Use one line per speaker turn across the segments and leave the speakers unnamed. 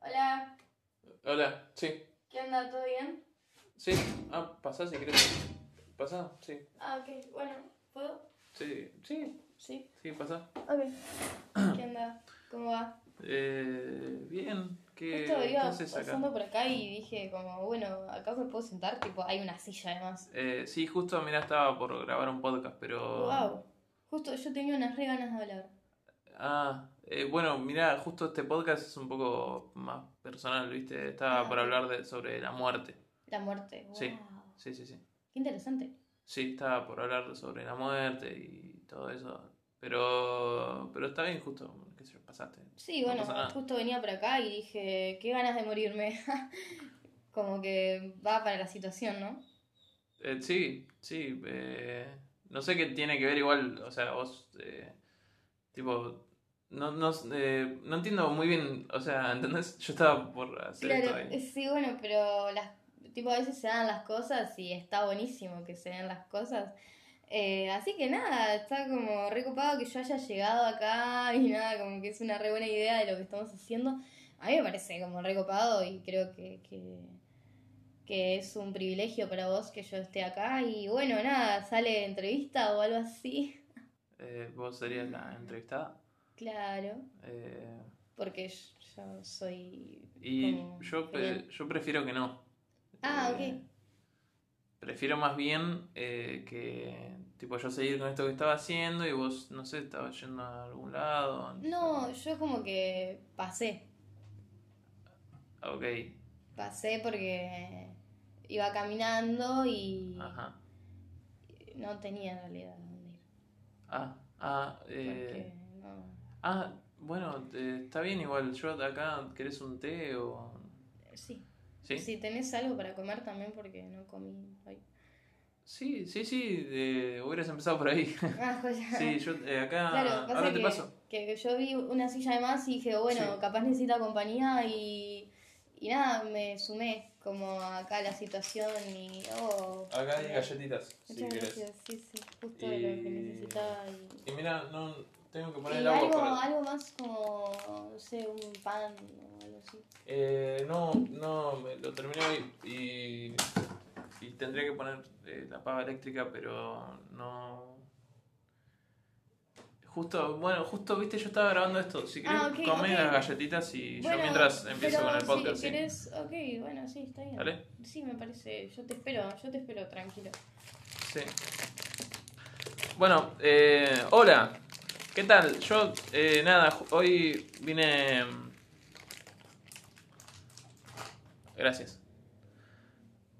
Hola,
Hola, sí.
¿qué onda? ¿Todo bien?
Sí. Ah, pasá si querés. Pasá, sí.
Ah, ok, bueno, ¿puedo?
Sí, sí,
Sí.
sí, pasá.
Ok. ¿Qué onda? ¿Cómo va?
Eh, bien, ¿qué,
Justo
qué
iba
haces acá?
pasando por acá y dije como, bueno, acá me puedo sentar, tipo, hay una silla además.
Eh, sí, justo, mira, estaba por grabar un podcast, pero...
Wow. Justo yo tenía unas re ganas de hablar.
Ah, eh, bueno, mira, justo este podcast es un poco más personal, ¿viste? Estaba
Ah.
por hablar de, sobre la muerte.
La muerte. Wow.
Sí. Sí, sí, sí.
Qué interesante.
Sí, estaba por hablar sobre la muerte y todo eso. Pero, pero está bien, justo, qué sé yo, pasaste.
Sí,
No
bueno,
pasa nada.
justo venía por acá y dije, qué ganas de morirme. como que va para la situación, ¿no?
Eh, sí, sí. eh, no sé qué tiene que ver igual, o sea, vos, eh, tipo, no, no, eh, no entiendo muy bien, o sea, ¿entendés? Yo estaba por hacer esto
Claro,
ahí.
sí, bueno, pero las, tipo, a veces se dan las cosas y está buenísimo que se den las cosas. Eh, así que nada, está como recopado que yo haya llegado acá y nada, como que es una re buena idea de lo que estamos haciendo. A mí me parece como recopado y creo que, que, que es un privilegio para vos que yo esté acá. Y bueno, nada, sale entrevista o algo así.
Eh, vos serías la entrevistada.
Claro,
eh,
porque yo soy...
y
Como
yo, pre-
genial.
yo prefiero que no.
Ah,
Eh, Prefiero más bien eh, que, tipo, yo seguir con esto que estaba haciendo y vos, no sé, estabas yendo a algún lado.
No, yo como que pasé.
Ah, Ok,
Pasé porque iba caminando y
ajá.
no tenía en realidad dónde ir.
Ah, ah, eh...
Porque no.
Ah, bueno, eh, está bien igual. Yo acá, ¿querés un té o...?
Sí.
¿Sí? Sí,
Si tenés algo para comer también porque no comí hoy.
sí, sí, eh, hubieras empezado por ahí.
Ah, joya.
Sí, yo eh, acá...
Claro, pasa
Ahora te
que,
paso.
que yo vi una silla de más y dije, bueno,
Sí.
capaz necesita compañía y, y nada, me sumé como acá a la situación y... Oh, mira.
galletitas,
Muchas gracias, sí, sí, justo lo que
Y-
necesitaba y...
Y mira, no, tengo que
Y
poner el agua
algo,
para...
algo más como, no sé, un pan o algo así.
Eh, no, no, me lo terminé hoy y... Y tendría que poner eh, la pava eléctrica, pero no... Justo, bueno, justo, viste, yo estaba grabando esto. Si querés,
Ah, ok,
come
ok.
las galletitas y yo
Bueno,
mientras empiezo
pero
con el podcast.
Si
¿sí?
querés, ok, bueno, sí, está bien.
¿Vale?
Sí, me parece, yo te espero, yo te espero, tranquilo.
Sí. Bueno, eh, hola. ¿Qué tal? Yo, eh, nada, ju- hoy vine... mm, Gracias.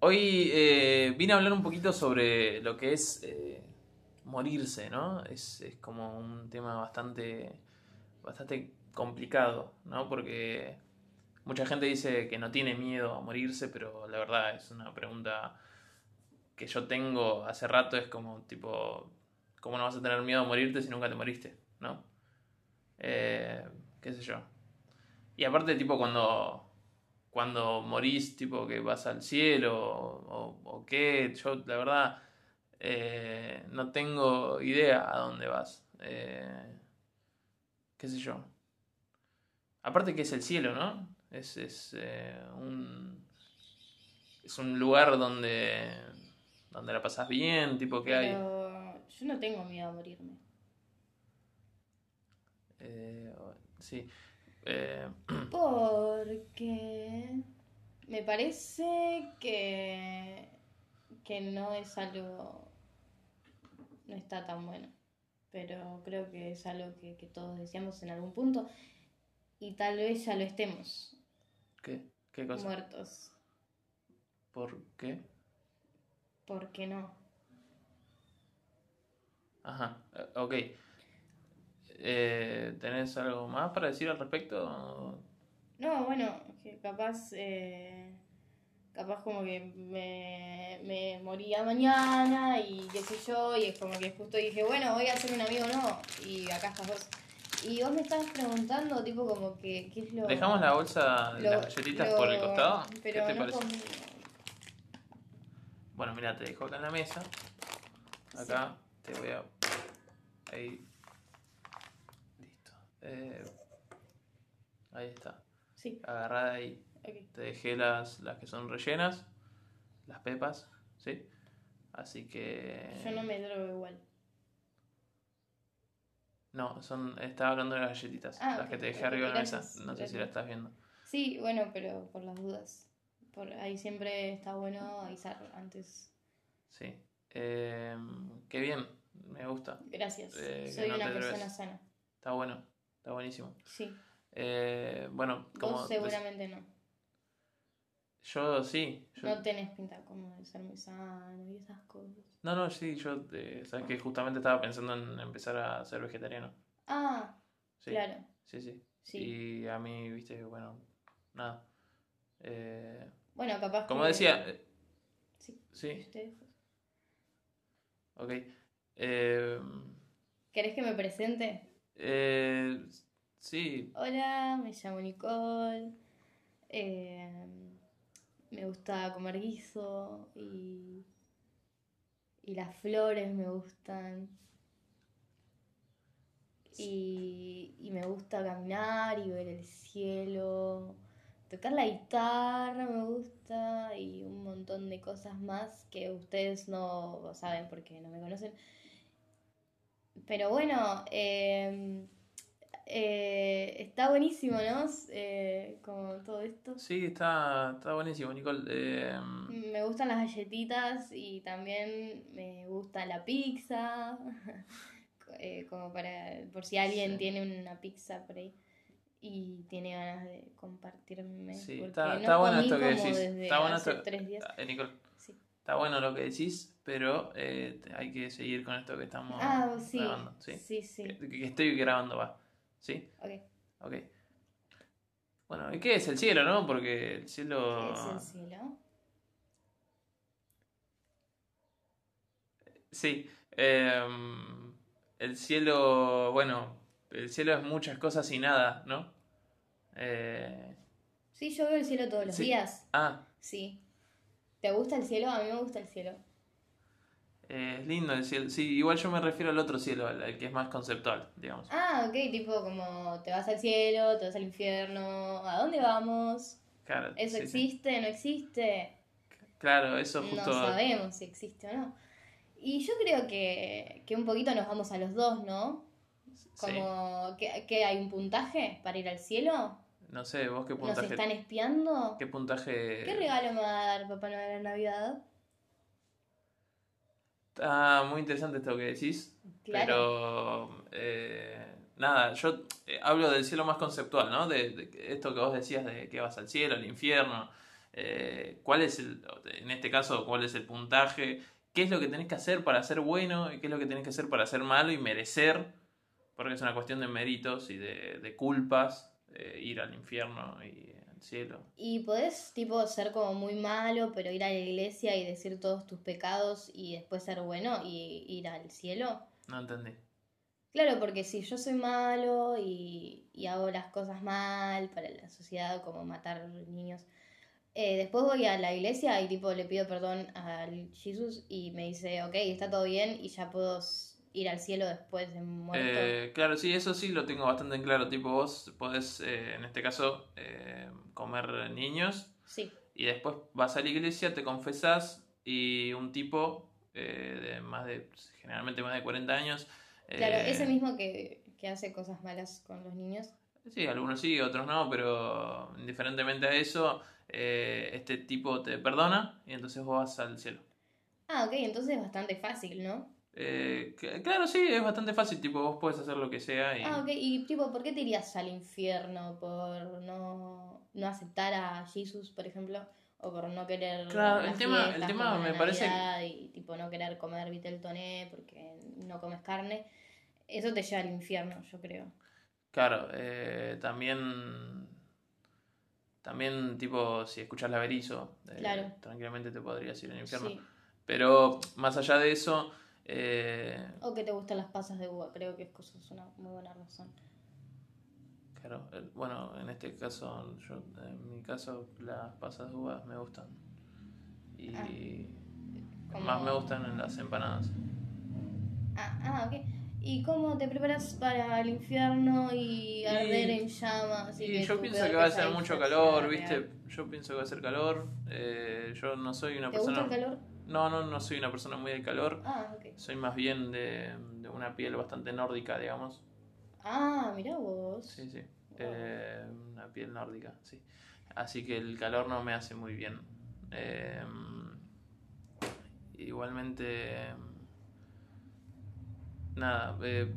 Hoy eh, vine a hablar un poquito sobre lo que es eh, morirse, ¿no? Es, es como un tema bastante, bastante complicado, ¿no? Porque mucha gente dice que no tiene miedo a morirse, pero la verdad es una pregunta que yo tengo hace rato es como tipo, ¿cómo no vas a tener miedo a morirte si nunca te moriste? ¿No? Eh, qué sé yo. Y aparte, tipo, cuando, cuando morís, tipo, que vas al cielo o, o qué, yo la verdad eh, no tengo idea a dónde vas. Eh, qué sé yo. Aparte que es el cielo, ¿no? Es, es eh, un... Es un lugar donde, donde la pasas bien, tipo que hay...
Pero yo no tengo miedo a morirme.
Eh, sí. Eh,
Porque me parece que, que no es algo, no está tan bueno, pero creo que es algo que, que todos deseamos en algún punto y tal vez ya lo estemos,
¿qué, ¿Qué cosa?
muertos.
¿Por qué?
¿Por qué no?
Ajá, eh, ok. Eh, ¿Tenés algo más para decir al respecto?
No, bueno, que capaz, eh, capaz como que me, me moría mañana y qué sé yo, y es como que justo dije, bueno, voy a ser un amigo no, y acá estás vos. Y vos me estás preguntando, tipo, como que, ¿qué es lo...?
¿Dejamos la bolsa de
lo-
las galletitas
lo-
por el costado? ¿Qué
Pero
te
no
parece?
con-
Bueno, mira, te dejo acá en la mesa. Acá te voy a. Ahí. Listo. Eh, ahí está.
Sí,
agarrá de ahí.
ok.
Te dejé las, las que son rellenas, las pepas, ¿sí? Así que...
Yo no
Eh.
me drogo igual.
No, son, estaba hablando de las galletitas,
Ah,
las
ok,
que te dejé
ok,
arriba de la mesa.
gracias,
No sé si
gracias.
la estás viendo.
Sí, bueno, pero por las dudas. Por ahí siempre está bueno avisar antes.
Sí. Eh, qué bien, me gusta.
Gracias.
Eh, que
Soy
no
una
te drogues.
persona sana.
Está bueno, está buenísimo.
Sí.
Eh, bueno, como
Vos
dec-
seguramente no.
yo sí, yo-
No tenés pinta como de ser muy sano y esas cosas.
no, no, sí, yo eh, sabes que justamente estaba pensando en empezar a ser vegetariano.
Ah,
Sí,
claro.
sí, sí.
Sí.
Y a mí, viste, bueno, nada. Eh,
Bueno, capaz
como
que-
decía, eh,
Sí.
sí,
Ustedes-
ok. Eh,
¿Querés que me presente?
eh, sí,
Hola, me llamo Nicole. Eh, me gusta comer guiso y, y las flores me gustan. Y, y me gusta caminar y ver el cielo. Tocar la guitarra me gusta y un montón de cosas más que ustedes no saben porque no me conocen. Pero bueno, em, eh, está buenísimo, ¿no? Eh, como todo esto.
sí, está, está buenísimo, Nicole. Eh,
Me gustan las galletitas y también me gusta la pizza. Eh, como para. por si alguien
Sí.
tiene una pizza por ahí y tiene ganas de compartirme.
Sí,
porque
está-
no
está bueno
comí
esto que
como
decís.
desde
Está bueno
hace
esto-
tres días.
eh, Nicole,
Sí.
está bueno lo que decís, pero eh, te- hay que seguir con esto que estamos
Ah, sí.
grabando, ¿sí?
Sí, sí.
Que, que estoy grabando, va. ¿Sí?
Ok.
Ok. Bueno, ¿y qué es el cielo, no? Porque el cielo...
¿Qué es el cielo?
Sí. em, el cielo, bueno, el cielo es muchas cosas y nada, ¿no? Eh,
Sí, yo veo el cielo todos los
Sí.
días.
ah,
Sí. ¿Te gusta el cielo? A mí me gusta el cielo.
eh, es lindo el cielo. Sí, igual yo me refiero al otro cielo, al, al que es más conceptual, digamos.
Ah, ok, tipo como te vas al cielo, te vas al infierno, ¿a dónde vamos?
Claro,
¿Eso
sí, sí.
existe, no existe?
Claro, eso
No
justo...
sabemos si existe o no. Y yo creo que, que un poquito nos vamos a los dos, ¿no?
sí.
Como que, que hay un puntaje para ir al cielo,
No sé, vos qué
nos
puntaje...
están espiando.
¿Qué puntaje...?
¿Qué regalo me va a dar Papá Noel en Navidad?
Está Ah, muy interesante esto que decís,
Claro.
pero eh, nada, yo eh, hablo del cielo más conceptual, ¿no? De, de esto que vos decías de que vas al cielo, al infierno, eh, cuál es el, en este caso, cuál es el puntaje, qué es lo que tenés que hacer para ser bueno y qué es lo que tenés que hacer para ser malo y merecer, porque es una cuestión de méritos y de, de culpas, eh, ir al infierno y al cielo.
Y podés, tipo, ser como muy malo, pero ir a la iglesia y decir todos tus pecados y después ser bueno y ir al cielo.
No entendí.
Claro, porque si yo soy malo y, y hago las cosas mal para la sociedad, como matar niños, eh, después voy a la iglesia y tipo le pido perdón al Jesús y me dice, ok, está todo bien y ya puedo s- ir al cielo después de muerto.
Eh, claro, sí, eso sí lo tengo bastante en claro. Tipo, vos podés, eh, en este caso, eh, comer niños
Sí,
y después vas a la iglesia, te confesás y un tipo eh, de más de, generalmente más de 40 años.
claro,
eh,
ese mismo que, que hace cosas malas con los niños.
Sí, algunos sí, otros no, pero indiferentemente a eso, eh, este tipo te perdona y entonces vos vas al cielo.
Ah, ok, entonces es bastante fácil, ¿no? Mm.
Eh, c- claro, sí, es bastante fácil, tipo, vos podés hacer lo que sea y...
Ah, ok, y tipo, ¿por qué te irías al infierno? ¿Por no, no aceptar a Jesús, por ejemplo? ¿O por no querer
Claro,
las
el tema- el
fiestas
tema
como la
me parece que-
Navidad Y tipo, no querer comer vitel toné porque no comes carne. Eso te lleva al infierno, yo creo.
Claro, eh, también, también tipo, si escuchas la Berizo, eh,
Claro.
tranquilamente te podrías ir al infierno.
Sí.
Pero más allá de eso, eh,
O que te gustan las pasas de uva, creo que es cosa- es una muy buena razón.
claro, el- bueno, en este caso, yo, en mi caso, las pasas de uvas me gustan. Y
Ah. Como-
más me gustan en las empanadas.
Ah, ah, ok. ¿Y cómo te preparas para el infierno y,
Y-
arder en llamas?
Y yo
tu
pienso
peor
que va a ser
pesadilla
mucho
sea
calor,
real?
¿viste? Yo pienso que va a ser calor. eh, yo no soy una
¿Te gusta
persona...
el calor?
No, no, no soy una persona muy de calor.
Ah, ok.
Soy más bien de, de una piel bastante nórdica, digamos.
Ah, mirá vos.
Sí, sí.
Wow.
Eh, una piel nórdica, sí. Así que el calor no me hace muy bien. Eh, igualmente... Nada, eh,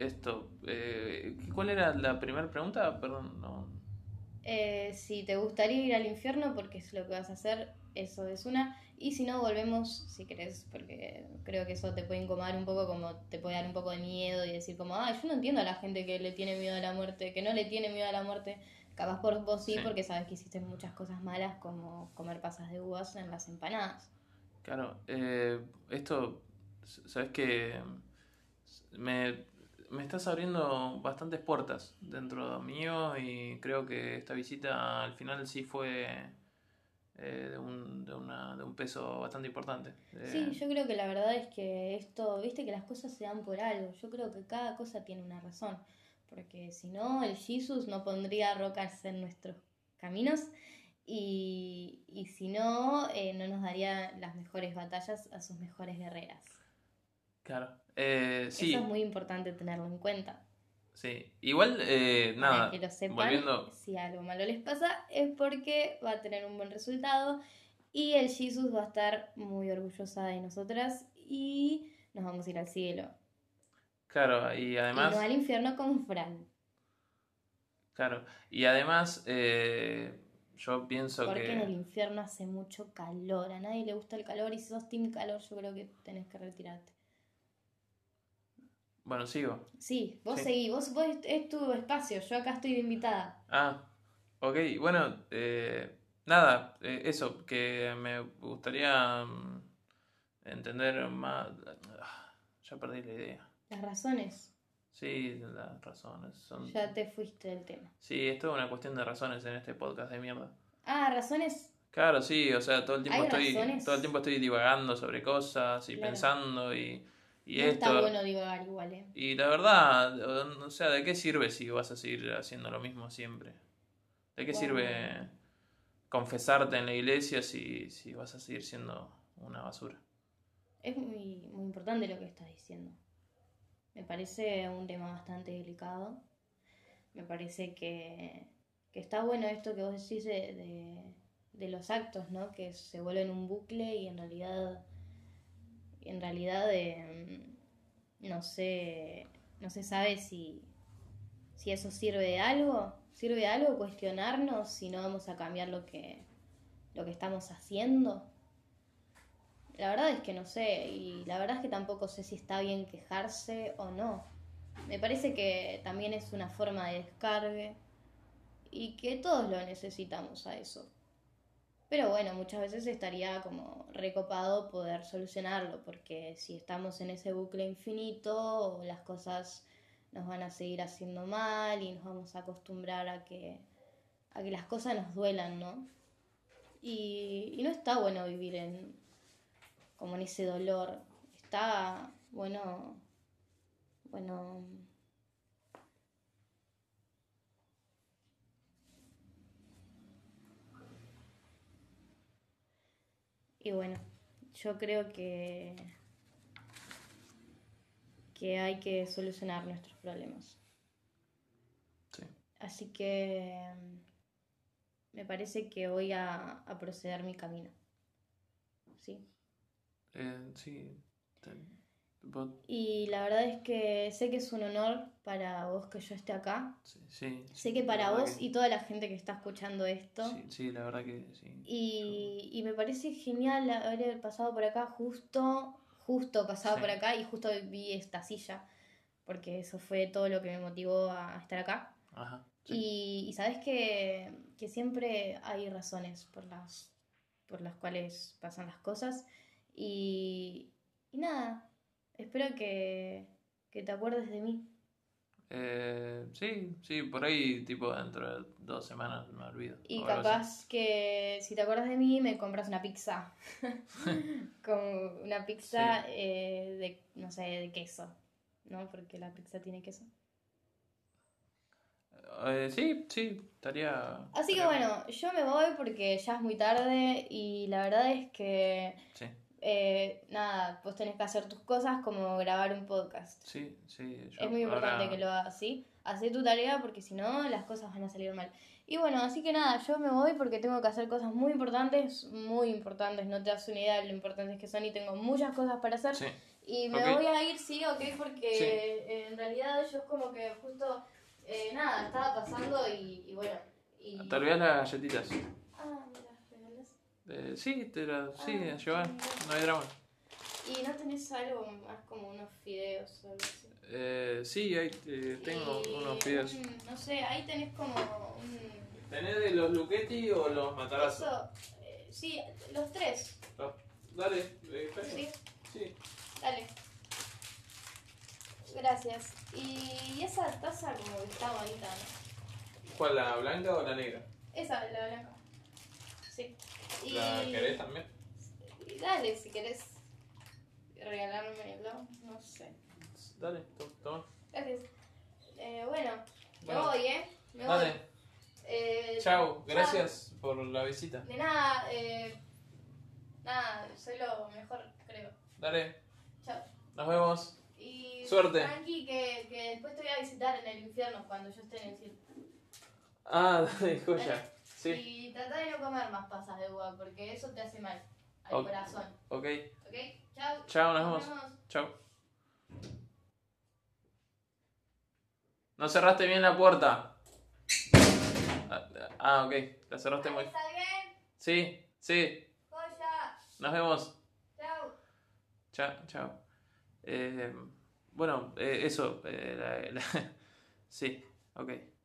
esto... eh, ¿Cuál era la primera pregunta? Perdón, no...
Eh, si te gustaría ir al infierno, porque es lo que vas a hacer, eso es una. Y si no, volvemos, si querés, porque creo que eso te puede incomodar un poco, como te puede dar un poco de miedo y decir como, ah, yo no entiendo a la gente que le tiene miedo a la muerte, que no le tiene miedo a la muerte. Capaz por vos sí,
Sí.
porque sabes que hiciste muchas cosas malas, como comer pasas de uvas en las empanadas.
Claro, eh, esto, s- sabes que me, me estás abriendo bastantes puertas dentro mío y creo que esta visita al final sí fue eh, de un, de una- de un peso bastante importante. Eh,
Sí, yo creo que la verdad es que esto, viste que las cosas se dan por algo. Yo creo que cada cosa tiene una razón. Porque si no, el Jesus no pondría rocas en nuestros caminos. Y, y si no, eh, no nos daría las mejores batallas a sus mejores guerreras.
Claro, eh, sí,
Eso es muy importante tenerlo en cuenta.
sí. Igual, eh,
Para
nada,
que lo sepan,
volviendo-
si algo malo les pasa, es porque va a tener un buen resultado. Y el Jesus va a estar muy orgullosa de nosotras. Y nos vamos a ir al cielo.
claro, y además...
Y no al infierno con Fran.
Claro, y además eh, yo pienso
Porque
que...
en el infierno hace mucho calor. A nadie le gusta el calor. Y si sos team calor, yo creo que tenés que retirarte.
Bueno, sigo.
Sí, vos
Sí.
seguís. Vos, vos es- es tu espacio. Yo acá estoy de invitada.
Ah, ok, bueno, eh, nada, eh, eso, que me gustaría mm, entender más... Ah, Ya perdí la idea.
Las razones.
Sí, las razones son...
Ya te fuiste del tema.
Sí, es toda una cuestión de razones en este podcast de mierda.
Ah, razones.
Claro, sí, o sea, todo el tiempo
Hay
estoy,
razones.
todo el tiempo estoy divagando sobre cosas y
Claro.
pensando y, y
no
esto.
está bueno divagar igual, ¿eh?
Y la verdad, o- o sea, ¿de qué sirve si vas a seguir haciendo lo mismo siempre? ¿De qué
Wow.
sirve confesarte en la iglesia si, si vas a seguir siendo una basura?
Es muy, muy importante lo que estás diciendo. Me parece un tema bastante delicado. Me parece que, que está bueno esto que vos decís de, de- de los actos, ¿no? Que se vuelven un bucle y en realidad, en realidad eh, no sé, no se sabe si, si eso sirve de algo. ¿Sirve de algo cuestionarnos si no vamos a cambiar lo que, lo que estamos haciendo? La verdad es que no sé, y la verdad es que tampoco sé si está bien quejarse o no. Me parece que también es una forma de descargue y que todos lo necesitamos a eso. Pero bueno, muchas veces estaría como recopado poder solucionarlo, porque si estamos en ese bucle infinito, las cosas nos van a seguir haciendo mal y nos vamos a acostumbrar a que, a que las cosas nos duelan, ¿no? Y, y no está bueno vivir en, como en ese dolor. Está, bueno, bueno... Y bueno, yo creo que que hay que solucionar nuestros problemas.
Sí.
Así que mm, me parece que voy a, a proceder mi camino. ¿Sí?
Eh, sí. te- vos-
Y la verdad es que sé que es un honor para vos que yo esté acá.
sí, sí,
Sé
sí,
que
la
para
verdad
vos
que-
y toda la gente que está escuchando esto.
Sí, sí, la verdad que sí.
Y, y me parece genial haber pasado por acá justo, justo pasado
Sí.
por acá y justo vi esta silla. Porque eso fue todo lo que me motivó a estar acá.
Ajá. sí.
Y, y sabes que, que siempre hay razones por las, por las cuales pasan las cosas. Y, y nada, espero que, que te acuerdes de mí.
Eh, sí, sí, por ahí, tipo, dentro de dos semanas me olvido.
Y
o algo así.
capaz que si te acuerdas de mí, me compras una pizza. Con una pizza eh, de, no sé, de queso. ¿no? Porque la pizza tiene queso.
Eh, sí, sí, estaría.
Así que
estaría
bueno, yo me voy porque ya es muy tarde y la verdad es que
Sí,
eh, nada, vos tenés que hacer tus cosas como grabar un podcast.
sí, sí. yo
Es muy importante
ahora-
que lo hagas, ¿sí? Hacé tu tarea porque si no, las cosas van a salir mal. Y bueno, así que nada, yo me voy porque tengo que hacer cosas muy importantes, muy importantes. No te das una idea de lo importantes que son y tengo muchas cosas para hacer.
Sí,
Y me
Ok.
voy a ir, sí, ok, porque
Sí.
eh, en realidad yo es como que justo, eh, nada, estaba pasando y, y bueno. Y...
te olvidás las galletitas.
Ah, me las regalás.
Eh, sí, te las. Sí,
Ah,
a llevar.
sí.
No hay drama.
Y no tenés algo más como unos fideos o algo así.
Eh, sí, ahí eh, tengo
Y
unos fideos.
un- no sé, ahí tenés como un...
¿Tenés de los Luchetti o los Matarazos?
Eso, eh, sí, los tres.
Dale, eh,
Sí,
sí.
dale. Gracias. Y esa taza como que está bonita, ¿no?
¿Cuál, la blanca o la negra?
Esa, la blanca. Sí. Y,
también?
y dale, si querés regalármelo, no sé.
Dale, to- toma.
Gracias. Eh, bueno, me
Bueno,
voy, ¿eh? Me voy.
dale.
Eh,
Chao, gracias por la visita.
De nada, eh, nada, soy lo mejor, creo.
Dale,
Chao.
nos vemos.
Y
Suerte.
Tranqui, que, que después te voy a visitar en el infierno cuando yo esté en el cielo.
Ah, dale, joya.
Eh,
Sí,
Y trata de no comer más pasas de uva, porque eso te hace mal al
Ok.
corazón.
ok.
¿Ok? Chao.
Chao, nos vemos. Chao. No cerraste bien la puerta. Ah, Ah, ok. La cerraste muy.
¿Está bien?
Sí, sí.
Joya.
Nos vemos.
Chao.
Chao, chao. Eh, bueno, eh, eso. eh, la- la- sí, ok.